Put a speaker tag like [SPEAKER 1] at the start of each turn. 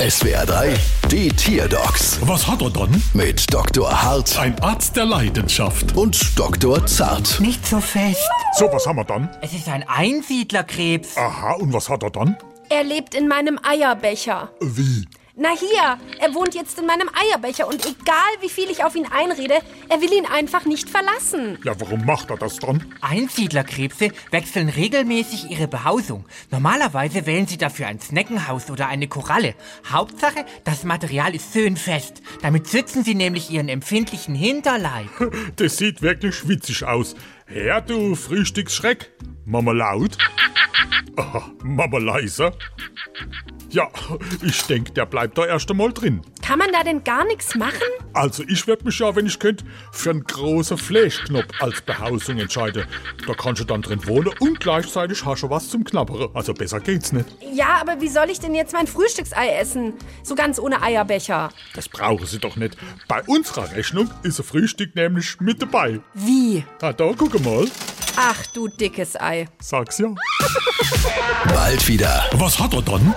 [SPEAKER 1] SWR 3, die Tierdocs
[SPEAKER 2] Was hat er dann?
[SPEAKER 1] mit Dr. Hart
[SPEAKER 2] Ein Arzt der Leidenschaft.
[SPEAKER 1] und Dr. Zart.
[SPEAKER 3] Nicht so fest.
[SPEAKER 2] So, was haben wir dann?
[SPEAKER 3] Es ist ein Einsiedlerkrebs.
[SPEAKER 2] Aha, und was hat er dann?
[SPEAKER 4] Er lebt in meinem Eierbecher.
[SPEAKER 2] Wie?
[SPEAKER 4] Na hier, er wohnt jetzt in meinem Eierbecher und egal wie viel ich auf ihn einrede, er will ihn einfach nicht verlassen.
[SPEAKER 2] Ja, warum macht er das dann?
[SPEAKER 3] Einsiedlerkrebse wechseln regelmäßig ihre Behausung. Normalerweise wählen sie dafür ein Sneckenhaus oder eine Koralle. Hauptsache, das Material ist föhnfest. Damit schützen sie nämlich ihren empfindlichen Hinterleib.
[SPEAKER 2] Das sieht wirklich schwitzig aus. Herr, du Frühstücksschreck. Mama laut. Aha, Mama leise. Ja, ich denk, der bleibt da erst einmal drin.
[SPEAKER 4] Kann man da denn gar nichts machen?
[SPEAKER 2] Also ich werd mich ja, wenn ich könnt, für einen großen Fleischknopf als Behausung entscheiden. Da kannst du dann drin wohnen und gleichzeitig hast du was zum Knabbern. Also besser geht's nicht.
[SPEAKER 4] Ja, aber wie soll ich denn jetzt mein Frühstücksei essen? So ganz ohne Eierbecher.
[SPEAKER 2] Das brauchen sie doch nicht. Bei unserer Rechnung ist ein Frühstück nämlich mit dabei.
[SPEAKER 4] Wie?
[SPEAKER 2] Na, da guck mal.
[SPEAKER 4] Ach du dickes Ei.
[SPEAKER 2] Sag's ja.
[SPEAKER 1] Bald wieder.
[SPEAKER 2] Was hat er dann?